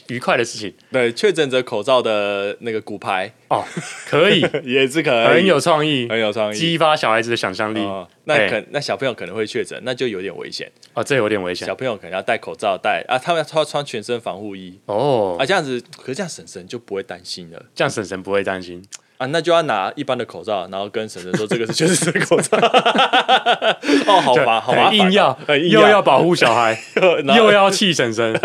[SPEAKER 2] 愉快的事情。
[SPEAKER 1] 对，确诊者口罩的那个骨牌
[SPEAKER 2] 哦，可以，
[SPEAKER 1] 也 [laughs] 是可以，
[SPEAKER 2] 很有创意，
[SPEAKER 1] 很有创意。
[SPEAKER 2] 激发小孩子的想象力。
[SPEAKER 1] 哦，那
[SPEAKER 2] 哎
[SPEAKER 1] 可那小朋友可能会确诊，那就有点危险。
[SPEAKER 2] 哦，这有点危险
[SPEAKER 1] 小。朋友可能要戴口罩，戴啊，他们要穿全身防护衣。
[SPEAKER 2] 哦
[SPEAKER 1] 啊，，这样子，可是这样婶婶就不会担心了
[SPEAKER 2] 这样婶婶不会担心。
[SPEAKER 1] 啊，那就要拿一般的口罩，然后跟婶婶说这个是确实是口罩。 [laughs] 哦，好吧，好吧，
[SPEAKER 2] 很硬要，
[SPEAKER 1] 很硬
[SPEAKER 2] 又
[SPEAKER 1] [laughs]
[SPEAKER 2] 要保护小孩，又
[SPEAKER 1] 又
[SPEAKER 2] 要气
[SPEAKER 1] [laughs]
[SPEAKER 2] 婶婶，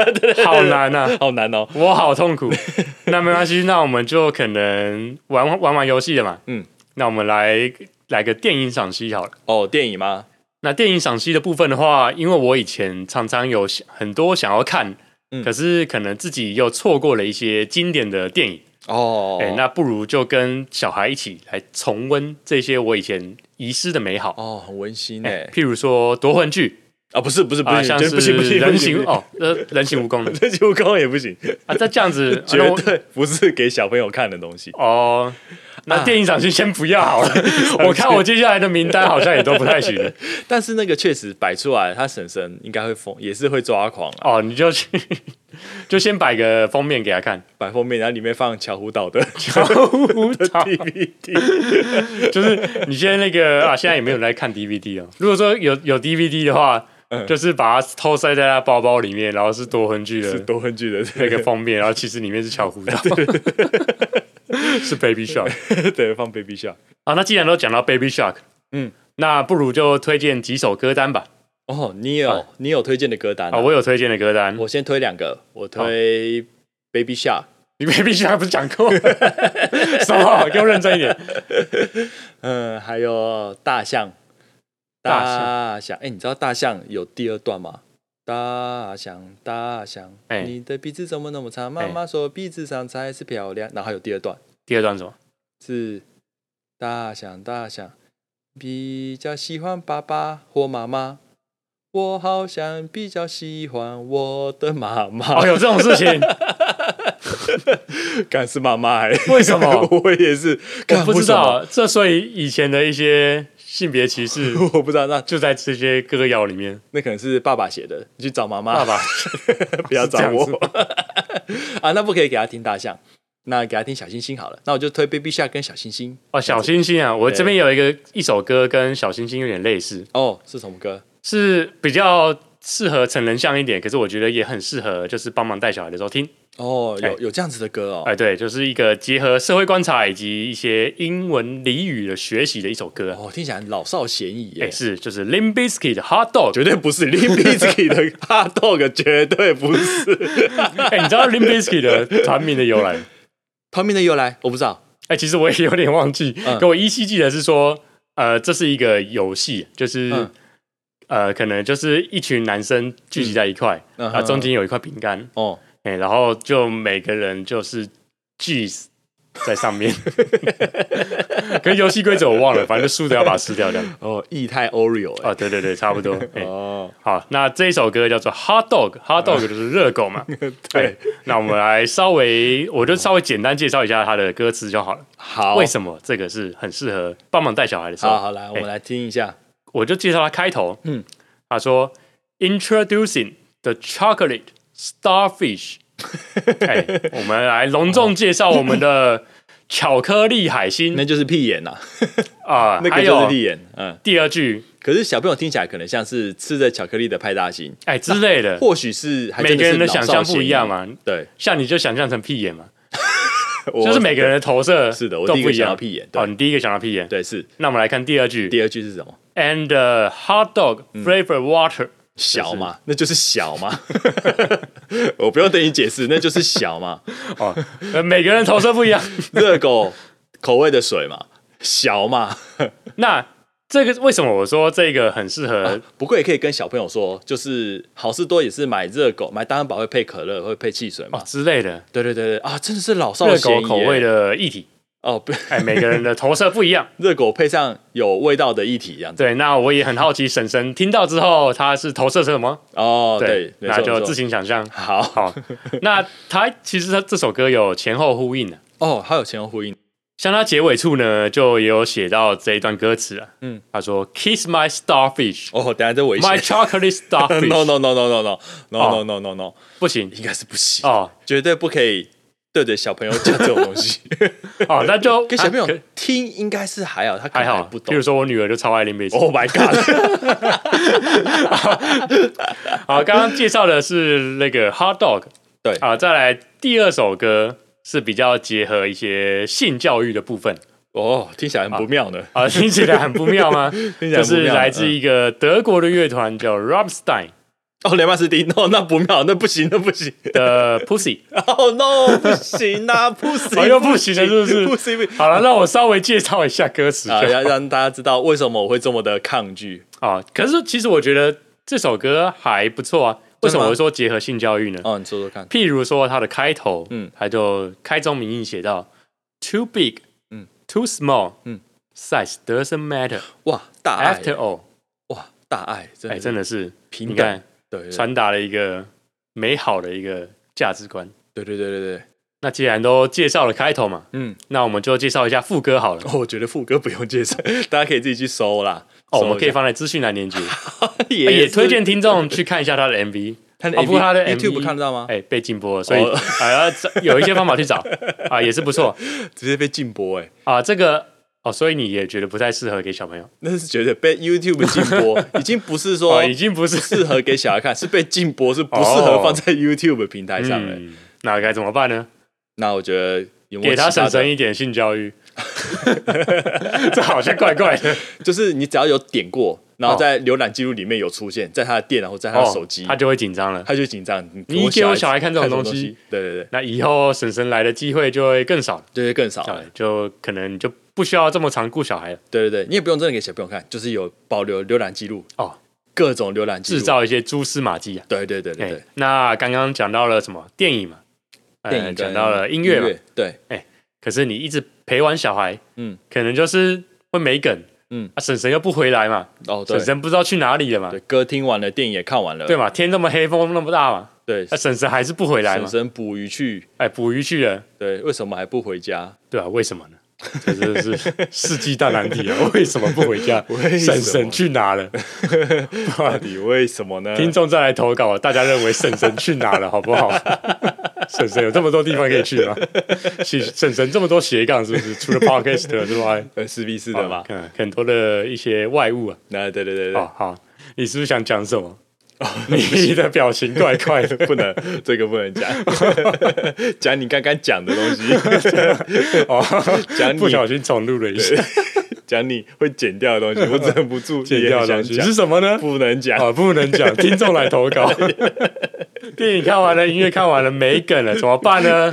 [SPEAKER 2] 好难啊！
[SPEAKER 1] 好难哦。
[SPEAKER 2] 我好痛苦。 [laughs] 那没关系，那我们就可能玩玩玩游戏了嘛。
[SPEAKER 1] 嗯，
[SPEAKER 2] 那我们来来个电影赏析好了。
[SPEAKER 1] 哦，电影吗？
[SPEAKER 2] 那电影赏析的部分的话，因为我以前常常有想很多想要看，
[SPEAKER 1] 嗯
[SPEAKER 2] 可是可能自己又错过了一些经典的电影。
[SPEAKER 1] 哦，
[SPEAKER 2] 哎、那不如就跟小孩一起来重温这些我以前遗失的美好。
[SPEAKER 1] 哦，很温馨
[SPEAKER 2] 哎
[SPEAKER 1] 哎。
[SPEAKER 2] 譬如说夺魂剧
[SPEAKER 1] 啊，不是不是不
[SPEAKER 2] 啊，
[SPEAKER 1] 行，
[SPEAKER 2] 像
[SPEAKER 1] 绝
[SPEAKER 2] 是
[SPEAKER 1] 不行不行，
[SPEAKER 2] 人
[SPEAKER 1] 不行 [laughs]
[SPEAKER 2] 形，哦，呃，人形蜈蚣
[SPEAKER 1] 不行人形蜈蚣也不行，
[SPEAKER 2] 啊，那这样子
[SPEAKER 1] [laughs] 绝
[SPEAKER 2] 那我
[SPEAKER 1] 对不是给小朋友看的东西。
[SPEAKER 2] 哦，
[SPEAKER 1] 啊
[SPEAKER 2] 那电影赏析先不要
[SPEAKER 1] [laughs]
[SPEAKER 2] 好了。我看我接下来的名单好像也都不太行
[SPEAKER 1] 但是那个确实摆出来，他婶婶应该会疯，也是会抓狂啊。
[SPEAKER 2] 哦，你就去 [laughs] 就先摆个封面给他看，
[SPEAKER 1] 摆封面，然后里面放巧虎岛
[SPEAKER 2] [laughs]
[SPEAKER 1] 的
[SPEAKER 2] 舞蹈
[SPEAKER 1] DVD。
[SPEAKER 2] [laughs] 就是你先那个啊，现在也没有人在看 DVD 哦。如果说有有 DVD 的话，
[SPEAKER 1] 嗯
[SPEAKER 2] 就是把它偷塞在他包包里面，然后是夺魂剧
[SPEAKER 1] 是
[SPEAKER 2] 的 [laughs]
[SPEAKER 1] 多恨剧的
[SPEAKER 2] 那
[SPEAKER 1] 那
[SPEAKER 2] 个
[SPEAKER 1] 个
[SPEAKER 2] 封面，然后其实里面是巧虎岛。是 Baby Shark
[SPEAKER 1] [laughs] 对，放 Baby Shark。
[SPEAKER 2] 啊。那既然都讲到 Baby Shark，
[SPEAKER 1] 嗯，
[SPEAKER 2] 那不如就推荐几首歌单吧。
[SPEAKER 1] 哦，你有你有推荐的歌单
[SPEAKER 2] 啊，
[SPEAKER 1] 啊？
[SPEAKER 2] 我有推荐的歌单。
[SPEAKER 1] 我先推两个，我推 Baby
[SPEAKER 2] [laughs]
[SPEAKER 1] Shark。
[SPEAKER 2] 你 Baby Shark 不是讲过？什么？给我认真一点。
[SPEAKER 1] [laughs] 嗯，还有大象，
[SPEAKER 2] 大象
[SPEAKER 1] 大象，哎、你知道大象有第二段吗？大象，大象，
[SPEAKER 2] 哎
[SPEAKER 1] 你的鼻子怎么那么长？
[SPEAKER 2] 哎
[SPEAKER 1] 妈妈说鼻子长才是漂亮。然后还有第二段
[SPEAKER 2] 第二段什么？
[SPEAKER 1] 是大象，大象比较喜欢爸爸或妈妈，我好像比较喜欢我的妈妈
[SPEAKER 2] 哦，。有这种事情？
[SPEAKER 1] 敢是妈妈、哎，
[SPEAKER 2] 为什么
[SPEAKER 1] [laughs] 我也是，
[SPEAKER 2] 我
[SPEAKER 1] 干
[SPEAKER 2] 不知，
[SPEAKER 1] 为
[SPEAKER 2] 道。这所以以前的一些性别歧
[SPEAKER 1] 什
[SPEAKER 2] 视
[SPEAKER 1] 么我不知道，那
[SPEAKER 2] 就在这些歌谣里面。
[SPEAKER 1] 那可能是爸爸写的，你去找妈妈。
[SPEAKER 2] 爸爸
[SPEAKER 1] [laughs] 不要找我
[SPEAKER 2] 是这
[SPEAKER 1] [laughs] 啊！那不可以给他听大象，那给他听小星星好了。那我就推 Baby Shark 跟小星星。
[SPEAKER 2] 哦，小星星啊，我这边有一个一首歌跟小星星有点类似，
[SPEAKER 1] 哦，是什么歌？
[SPEAKER 2] 是比较适合成人像一点，可是我觉得也很适合就是帮忙带小孩的时候听。
[SPEAKER 1] 哦，有
[SPEAKER 2] 哎
[SPEAKER 1] 有这样子的歌哦。
[SPEAKER 2] 哎，对，就是一个结合社会观察以及一些英文俚语的学习的一首歌啊。
[SPEAKER 1] 哦，听起来很老少咸宜
[SPEAKER 2] 哎，
[SPEAKER 1] 耶。
[SPEAKER 2] 是就是 Limp Bizkit 的 Hot Dog，
[SPEAKER 1] 绝对不是 Limbisky 的 Hot Dog，绝对不是。
[SPEAKER 2] 哎、你知道 Limp Bizkit 的团名的由来吗？
[SPEAKER 1] 团名的由来我不知道。
[SPEAKER 2] 哎、其实我也有点忘记，
[SPEAKER 1] 嗯
[SPEAKER 2] 可我依稀记得是说，呃，这是一个游戏，就是、
[SPEAKER 1] 嗯
[SPEAKER 2] 呃，可能就是一群男生聚集在一块，
[SPEAKER 1] 嗯
[SPEAKER 2] 啊、
[SPEAKER 1] 哼
[SPEAKER 2] 中间有一块饼干，
[SPEAKER 1] 哦，
[SPEAKER 2] 哎、然后就每个人就是 cheese 在上
[SPEAKER 1] [laughs]
[SPEAKER 2] 面，可是游戏规则我忘了，反正就输的要把它吃掉这样。
[SPEAKER 1] 哦，液态 Oreo 哎。
[SPEAKER 2] 哦，对对对，差不多。哎
[SPEAKER 1] 哦，
[SPEAKER 2] 好，那这一首歌叫做 Hot Dog，Hot Dog 就是热狗嘛。
[SPEAKER 1] [laughs]
[SPEAKER 2] 哎
[SPEAKER 1] 对，
[SPEAKER 2] 那我们来稍微，我就稍微简单介绍一下它的歌词就好了。
[SPEAKER 1] 好，
[SPEAKER 2] 哎为什么这个是很适合帮忙带小孩的时候？
[SPEAKER 1] 哦好好来，我们
[SPEAKER 2] 哎
[SPEAKER 1] 来听一下。
[SPEAKER 2] 我就介绍它开头，
[SPEAKER 1] 嗯，
[SPEAKER 2] 他说 Introducing the chocolate
[SPEAKER 1] [laughs]
[SPEAKER 2] starfish，哎，我们来隆重介绍我们的巧克力海
[SPEAKER 1] 那
[SPEAKER 2] 星
[SPEAKER 1] 就是屁眼呐，
[SPEAKER 2] 啊，
[SPEAKER 1] 那
[SPEAKER 2] 还
[SPEAKER 1] 个就是
[SPEAKER 2] 有
[SPEAKER 1] 屁眼。嗯，
[SPEAKER 2] 第二句，
[SPEAKER 1] 可是小朋友听起来可能像是吃着巧克力的派大星，
[SPEAKER 2] 哎之类的，
[SPEAKER 1] 或许是还
[SPEAKER 2] 每
[SPEAKER 1] 真
[SPEAKER 2] 个
[SPEAKER 1] 是
[SPEAKER 2] 人的
[SPEAKER 1] 老
[SPEAKER 2] 想
[SPEAKER 1] 少
[SPEAKER 2] 象不
[SPEAKER 1] 咸
[SPEAKER 2] 一
[SPEAKER 1] 宜
[SPEAKER 2] 样。啊嘛，
[SPEAKER 1] 对，
[SPEAKER 2] 像你就想象成屁眼嘛，
[SPEAKER 1] 我
[SPEAKER 2] [laughs] 就是每个人的投射
[SPEAKER 1] 是的，我
[SPEAKER 2] 都
[SPEAKER 1] 第一
[SPEAKER 2] 不
[SPEAKER 1] 个
[SPEAKER 2] 一
[SPEAKER 1] 想
[SPEAKER 2] 样
[SPEAKER 1] 到。屁眼，对、
[SPEAKER 2] 哦，你第一个想到屁眼，
[SPEAKER 1] 对是。
[SPEAKER 2] 那我们来看第二句
[SPEAKER 1] 第二嗯句是什么？
[SPEAKER 2] ，and the hot dog flavor water，
[SPEAKER 1] 小嘛，那就是小嘛。 [laughs] 我不用对你解释，那就是小嘛。
[SPEAKER 2] 哦，呃每个人投射不一
[SPEAKER 1] [laughs]
[SPEAKER 2] 样。
[SPEAKER 1] 热狗口味的水嘛，小嘛。
[SPEAKER 2] 那这个为什么我说这个很适合？
[SPEAKER 1] 不过也可以跟小朋友说，就是好事多也是买热狗，买大汉堡会配可乐，会配汽水嘛。
[SPEAKER 2] 哦之类的
[SPEAKER 1] 对对对对啊，真的是老少
[SPEAKER 2] 热
[SPEAKER 1] 咸
[SPEAKER 2] 狗
[SPEAKER 1] 宜
[SPEAKER 2] 口
[SPEAKER 1] 耶
[SPEAKER 2] 味的液
[SPEAKER 1] [laughs]
[SPEAKER 2] 体，
[SPEAKER 1] 哦，不，
[SPEAKER 2] 哎，每个人的投射不一样。
[SPEAKER 1] 热狗配上有味道的液体这样子。
[SPEAKER 2] 对，那我也很好奇，婶婶听到之后他是投射什么？
[SPEAKER 1] 哦，对，没错
[SPEAKER 2] 那就
[SPEAKER 1] 没错
[SPEAKER 2] 自行想象。
[SPEAKER 1] 好
[SPEAKER 2] 好， [laughs] 那他其实他这首歌有前后呼应的、啊
[SPEAKER 1] 哦，还有前后呼应。
[SPEAKER 2] 像他结尾处呢，就也有写到这一段歌词啊。
[SPEAKER 1] 嗯，
[SPEAKER 2] 他说：“Kiss my starfish,
[SPEAKER 1] 哦，等一下这危险
[SPEAKER 2] my。chocolate
[SPEAKER 1] [laughs]
[SPEAKER 2] starfish。
[SPEAKER 1] no no no no no no no no no no no，
[SPEAKER 2] 不行
[SPEAKER 1] 应该是不行，
[SPEAKER 2] 哦
[SPEAKER 1] 绝对不可以对着小朋友讲这种东西。
[SPEAKER 2] 哦，那
[SPEAKER 1] [laughs]
[SPEAKER 2] 就
[SPEAKER 1] 给小朋
[SPEAKER 2] 啊可
[SPEAKER 1] 友听应该是还好，他可
[SPEAKER 2] 还
[SPEAKER 1] 能
[SPEAKER 2] 好。
[SPEAKER 1] 不
[SPEAKER 2] 比
[SPEAKER 1] 懂
[SPEAKER 2] 如。说我女儿就超爱林北。
[SPEAKER 1] Oh my god！
[SPEAKER 2] 好，刚刚介绍的是那个 Hot Dog，
[SPEAKER 1] 对
[SPEAKER 2] 啊，再来第二首歌是比较结合一些性教育的部分
[SPEAKER 1] 哦，听起来很不妙呢。 [laughs]
[SPEAKER 2] 啊，听起来很不妙吗？
[SPEAKER 1] 起来
[SPEAKER 2] 就
[SPEAKER 1] 很不妙嗯
[SPEAKER 2] 是来自一个德国的乐团叫 r o b s t e i n
[SPEAKER 1] 哦，雷曼斯汀，no，那不妙，那不行，那不行。
[SPEAKER 2] 的 Pussy。 [laughs]
[SPEAKER 1] 哦 no，不行啊，不
[SPEAKER 2] 哦
[SPEAKER 1] 行，
[SPEAKER 2] 又不行了是不是
[SPEAKER 1] 不行不行。
[SPEAKER 2] 好了，那我稍微介绍一下歌词就
[SPEAKER 1] 啊，
[SPEAKER 2] 好
[SPEAKER 1] 要让大家知道为什么我会这么的抗拒。
[SPEAKER 2] 啊。可是其实我觉得这首歌还不错啊。为什么我会说结合性教育呢？
[SPEAKER 1] 哦，你说说看。
[SPEAKER 2] 譬如说它的开头，
[SPEAKER 1] 嗯
[SPEAKER 2] 嗯，它就开宗明义写到 “too big，
[SPEAKER 1] 嗯
[SPEAKER 2] 嗯，too small，
[SPEAKER 1] 嗯
[SPEAKER 2] 嗯，size doesn't matter
[SPEAKER 1] 哇，大爱
[SPEAKER 2] after，all”，
[SPEAKER 1] 哇，大爱，真
[SPEAKER 2] 哎，
[SPEAKER 1] 的
[SPEAKER 2] 真
[SPEAKER 1] 的
[SPEAKER 2] 的是
[SPEAKER 1] 平
[SPEAKER 2] 你
[SPEAKER 1] 等
[SPEAKER 2] 看。
[SPEAKER 1] 哎对对
[SPEAKER 2] 传达了一个美好的一个价值观。
[SPEAKER 1] 对对对对对，
[SPEAKER 2] 那既然都介绍了开头嘛，
[SPEAKER 1] 嗯，
[SPEAKER 2] 那我们就介绍一下副歌好了。
[SPEAKER 1] 哦我觉得副歌不用介绍， [laughs] 大家可以自己去搜啦。
[SPEAKER 2] 哦，我们可以
[SPEAKER 1] 放，
[SPEAKER 2] 放在资讯栏连接，
[SPEAKER 1] [laughs] 也
[SPEAKER 2] 哎也
[SPEAKER 1] 是
[SPEAKER 2] 推荐听众去看一下他的
[SPEAKER 1] [laughs]
[SPEAKER 2] MV。
[SPEAKER 1] 他的
[SPEAKER 2] 哦，不过他的
[SPEAKER 1] MV
[SPEAKER 2] MV
[SPEAKER 1] YouTube 看得到吗？
[SPEAKER 2] 哎，被禁播了，所以
[SPEAKER 1] 哦
[SPEAKER 2] 还要找有一些方法去找 [laughs] 啊，也是不错
[SPEAKER 1] 直接被禁播哎、
[SPEAKER 2] 啊。这个哦，所以你也觉得不太适合给小朋友。
[SPEAKER 1] 那是绝对被 YouTube 禁播，
[SPEAKER 2] [laughs]
[SPEAKER 1] 已经不是说
[SPEAKER 2] 哦，已经不哦是
[SPEAKER 1] 适合给小孩看，是 [laughs] 被禁
[SPEAKER 2] 嗯
[SPEAKER 1] 播，是不适合放在 YouTube 平台上了。
[SPEAKER 2] 嗯，那该怎么办呢？
[SPEAKER 1] 那我觉得有没有
[SPEAKER 2] 给他
[SPEAKER 1] 其的
[SPEAKER 2] 婶婶一点性教育， [laughs] 这好像怪怪的。
[SPEAKER 1] 就是你只要有点过，然后
[SPEAKER 2] 哦
[SPEAKER 1] 在浏览记录里面有出现，在他的电脑或在他的手机，
[SPEAKER 2] 他就会紧张了。
[SPEAKER 1] 他就紧张。
[SPEAKER 2] 你给我小孩看这种
[SPEAKER 1] 东
[SPEAKER 2] 东西，
[SPEAKER 1] 对对对，
[SPEAKER 2] 那以后婶婶来的机会就会更少了，
[SPEAKER 1] 就会更少了。
[SPEAKER 2] 对就可能就不需要这么常顾小孩了。
[SPEAKER 1] 对对对，你也不用真的给小朋友看，就是有保留浏览记录
[SPEAKER 2] 哦，
[SPEAKER 1] 各种浏览记录
[SPEAKER 2] 制。造一些蛛丝马迹啊。
[SPEAKER 1] 对对对对对
[SPEAKER 2] 哎，那刚刚讲到了什么电影嘛，呃
[SPEAKER 1] 电影
[SPEAKER 2] 讲
[SPEAKER 1] 跟
[SPEAKER 2] 到了音乐嘛，
[SPEAKER 1] 对
[SPEAKER 2] 可是你一直陪玩小孩，
[SPEAKER 1] 嗯，
[SPEAKER 2] 可能就是会没梗，
[SPEAKER 1] 嗯
[SPEAKER 2] 啊，婶婶又不回来嘛，
[SPEAKER 1] 哦对
[SPEAKER 2] 婶婶不知道去哪里了嘛
[SPEAKER 1] 对，，歌听完了，电影也看完了，
[SPEAKER 2] 对嘛，天那么黑，风那么大嘛，
[SPEAKER 1] 对
[SPEAKER 2] 那，婶婶还是不回来
[SPEAKER 1] 婶
[SPEAKER 2] 嘛，
[SPEAKER 1] 婶捕鱼去，
[SPEAKER 2] 哎，捕鱼去了，
[SPEAKER 1] 对，为什么还不回家？
[SPEAKER 2] 对啊，为什么呢？这真的是世纪大难题啊！ [laughs] 为什么不回家
[SPEAKER 1] 为？什么
[SPEAKER 2] 婶婶去哪
[SPEAKER 1] [laughs]
[SPEAKER 2] 了？
[SPEAKER 1] 到底为什么 [laughs] 呢？
[SPEAKER 2] 听众再来投稿，啊大家认为婶婶去哪了，好不好？婶婶有这么多地方可以去吗？是婶婶这么多斜杠，是不是？除了 podcast [laughs] 之外，
[SPEAKER 1] 呃，是必是的嘛？
[SPEAKER 2] 嗯，很多的一些外物啊。
[SPEAKER 1] 那对对对对，。
[SPEAKER 2] 哦，好，你是不是想讲什么？哦你的表情怪怪的
[SPEAKER 1] [laughs] 不能，这个不能讲， [laughs] 讲你刚刚讲的东西，
[SPEAKER 2] [laughs] 哦，
[SPEAKER 1] [laughs] 讲
[SPEAKER 2] 不小
[SPEAKER 1] 你
[SPEAKER 2] 心重录了一下，
[SPEAKER 1] 讲你会剪掉的东
[SPEAKER 2] [laughs]
[SPEAKER 1] 西，我忍不住
[SPEAKER 2] 剪掉
[SPEAKER 1] 也
[SPEAKER 2] 的东
[SPEAKER 1] 很
[SPEAKER 2] 西
[SPEAKER 1] 想
[SPEAKER 2] 是
[SPEAKER 1] 讲，
[SPEAKER 2] 什么呢？
[SPEAKER 1] 不能
[SPEAKER 2] [laughs]
[SPEAKER 1] 讲。
[SPEAKER 2] 啊，不能讲，听众来投稿。 [laughs] 电影看完了，音乐看完了，没梗了，怎么办呢？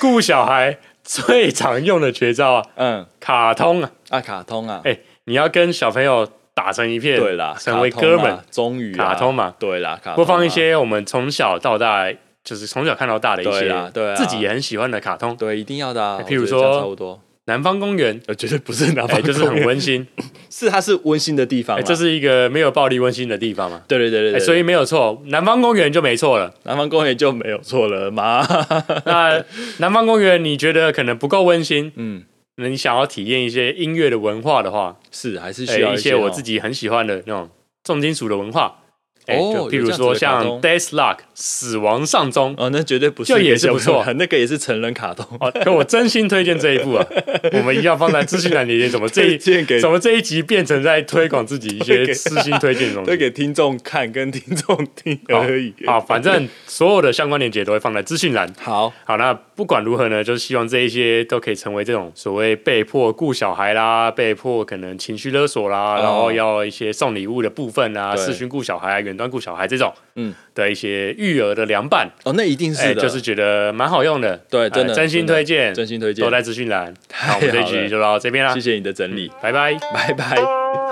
[SPEAKER 2] 顾小孩最常用的绝招啊，
[SPEAKER 1] 嗯，
[SPEAKER 2] 卡通啊，
[SPEAKER 1] 啊，卡通啊，
[SPEAKER 2] 哎、你要跟小朋友打成一片，
[SPEAKER 1] 对啦，
[SPEAKER 2] 成为
[SPEAKER 1] 卡通
[SPEAKER 2] 哥
[SPEAKER 1] 啊
[SPEAKER 2] 们，，
[SPEAKER 1] 终于啊
[SPEAKER 2] 卡通嘛
[SPEAKER 1] 对啦，卡通啊
[SPEAKER 2] 播放一些我们从小到大，就是从小看到大的一些，
[SPEAKER 1] 对啦对啦
[SPEAKER 2] 自己也很喜欢的卡通，《
[SPEAKER 1] 对，一定要的啊，
[SPEAKER 2] 哎
[SPEAKER 1] 我
[SPEAKER 2] 譬如
[SPEAKER 1] 觉得这样
[SPEAKER 2] 说
[SPEAKER 1] 差不多，
[SPEAKER 2] 南方公园》
[SPEAKER 1] 呃，绝对不是南
[SPEAKER 2] 哎，
[SPEAKER 1] 方公园，
[SPEAKER 2] 就是很温
[SPEAKER 1] [laughs]
[SPEAKER 2] 馨，
[SPEAKER 1] 是它是温馨的地方
[SPEAKER 2] 哎，
[SPEAKER 1] 啦，
[SPEAKER 2] 这是一个没有暴力温馨的地方嘛。
[SPEAKER 1] 对对对对
[SPEAKER 2] 哎，
[SPEAKER 1] 对，
[SPEAKER 2] 所以没有错，南方公园就没错了。
[SPEAKER 1] 南方公园就没有错了嘛。
[SPEAKER 2] 那南方公园你觉得可能不够温馨，
[SPEAKER 1] [laughs] 嗯，
[SPEAKER 2] 那你想要体验一些音乐的文化的话，
[SPEAKER 1] 是还是
[SPEAKER 2] 哎
[SPEAKER 1] 需要
[SPEAKER 2] 一些我
[SPEAKER 1] 哦
[SPEAKER 2] 自己很喜欢的那种重金属的文化，哎
[SPEAKER 1] 哦
[SPEAKER 2] 就譬
[SPEAKER 1] 有这
[SPEAKER 2] 如
[SPEAKER 1] 样子的
[SPEAKER 2] 说
[SPEAKER 1] 卡
[SPEAKER 2] 像
[SPEAKER 1] 通
[SPEAKER 2] Death Lock 死亡上钟。
[SPEAKER 1] 哦，那绝对不是
[SPEAKER 2] 就
[SPEAKER 1] 给
[SPEAKER 2] 也是
[SPEAKER 1] 小
[SPEAKER 2] 不
[SPEAKER 1] 朋友
[SPEAKER 2] 错
[SPEAKER 1] 看， [laughs] 那个也是成人卡通，
[SPEAKER 2] 哦，可我真心推荐这一
[SPEAKER 1] [laughs]
[SPEAKER 2] 部啊，我们一定要放在资讯栏里面。怎么这一
[SPEAKER 1] 推荐给
[SPEAKER 2] 怎么这一集变成在推广自己一
[SPEAKER 1] 推
[SPEAKER 2] 些
[SPEAKER 1] 给
[SPEAKER 2] 私心推荐的东
[SPEAKER 1] 都
[SPEAKER 2] 西？
[SPEAKER 1] 给听众看跟听众听而已。
[SPEAKER 2] 好，反正所有的相关链接都会放在资讯栏。
[SPEAKER 1] 好，
[SPEAKER 2] 好，那不管如何呢，就是希望这一些都可以成为这种所谓被迫顾小孩啦，被迫可能情绪勒索啦，
[SPEAKER 1] 哦
[SPEAKER 2] 然后要一些送礼物的部分啊，
[SPEAKER 1] 对
[SPEAKER 2] 视讯顾小孩、啊，远端顾小孩这种，
[SPEAKER 1] 嗯，
[SPEAKER 2] 的一些育儿的凉拌，
[SPEAKER 1] 哦，那一定
[SPEAKER 2] 哎、
[SPEAKER 1] 是的，
[SPEAKER 2] 就是觉得蛮好用的，
[SPEAKER 1] 对
[SPEAKER 2] 哎
[SPEAKER 1] 真的
[SPEAKER 2] 真心
[SPEAKER 1] 真的
[SPEAKER 2] 推荐，
[SPEAKER 1] 真心推荐
[SPEAKER 2] 都在资讯栏。好，我
[SPEAKER 1] [laughs] 好
[SPEAKER 2] 们这一集
[SPEAKER 1] 了
[SPEAKER 2] 就到这边啦
[SPEAKER 1] 谢，谢你的整理，
[SPEAKER 2] 嗯拜拜。
[SPEAKER 1] 拜拜。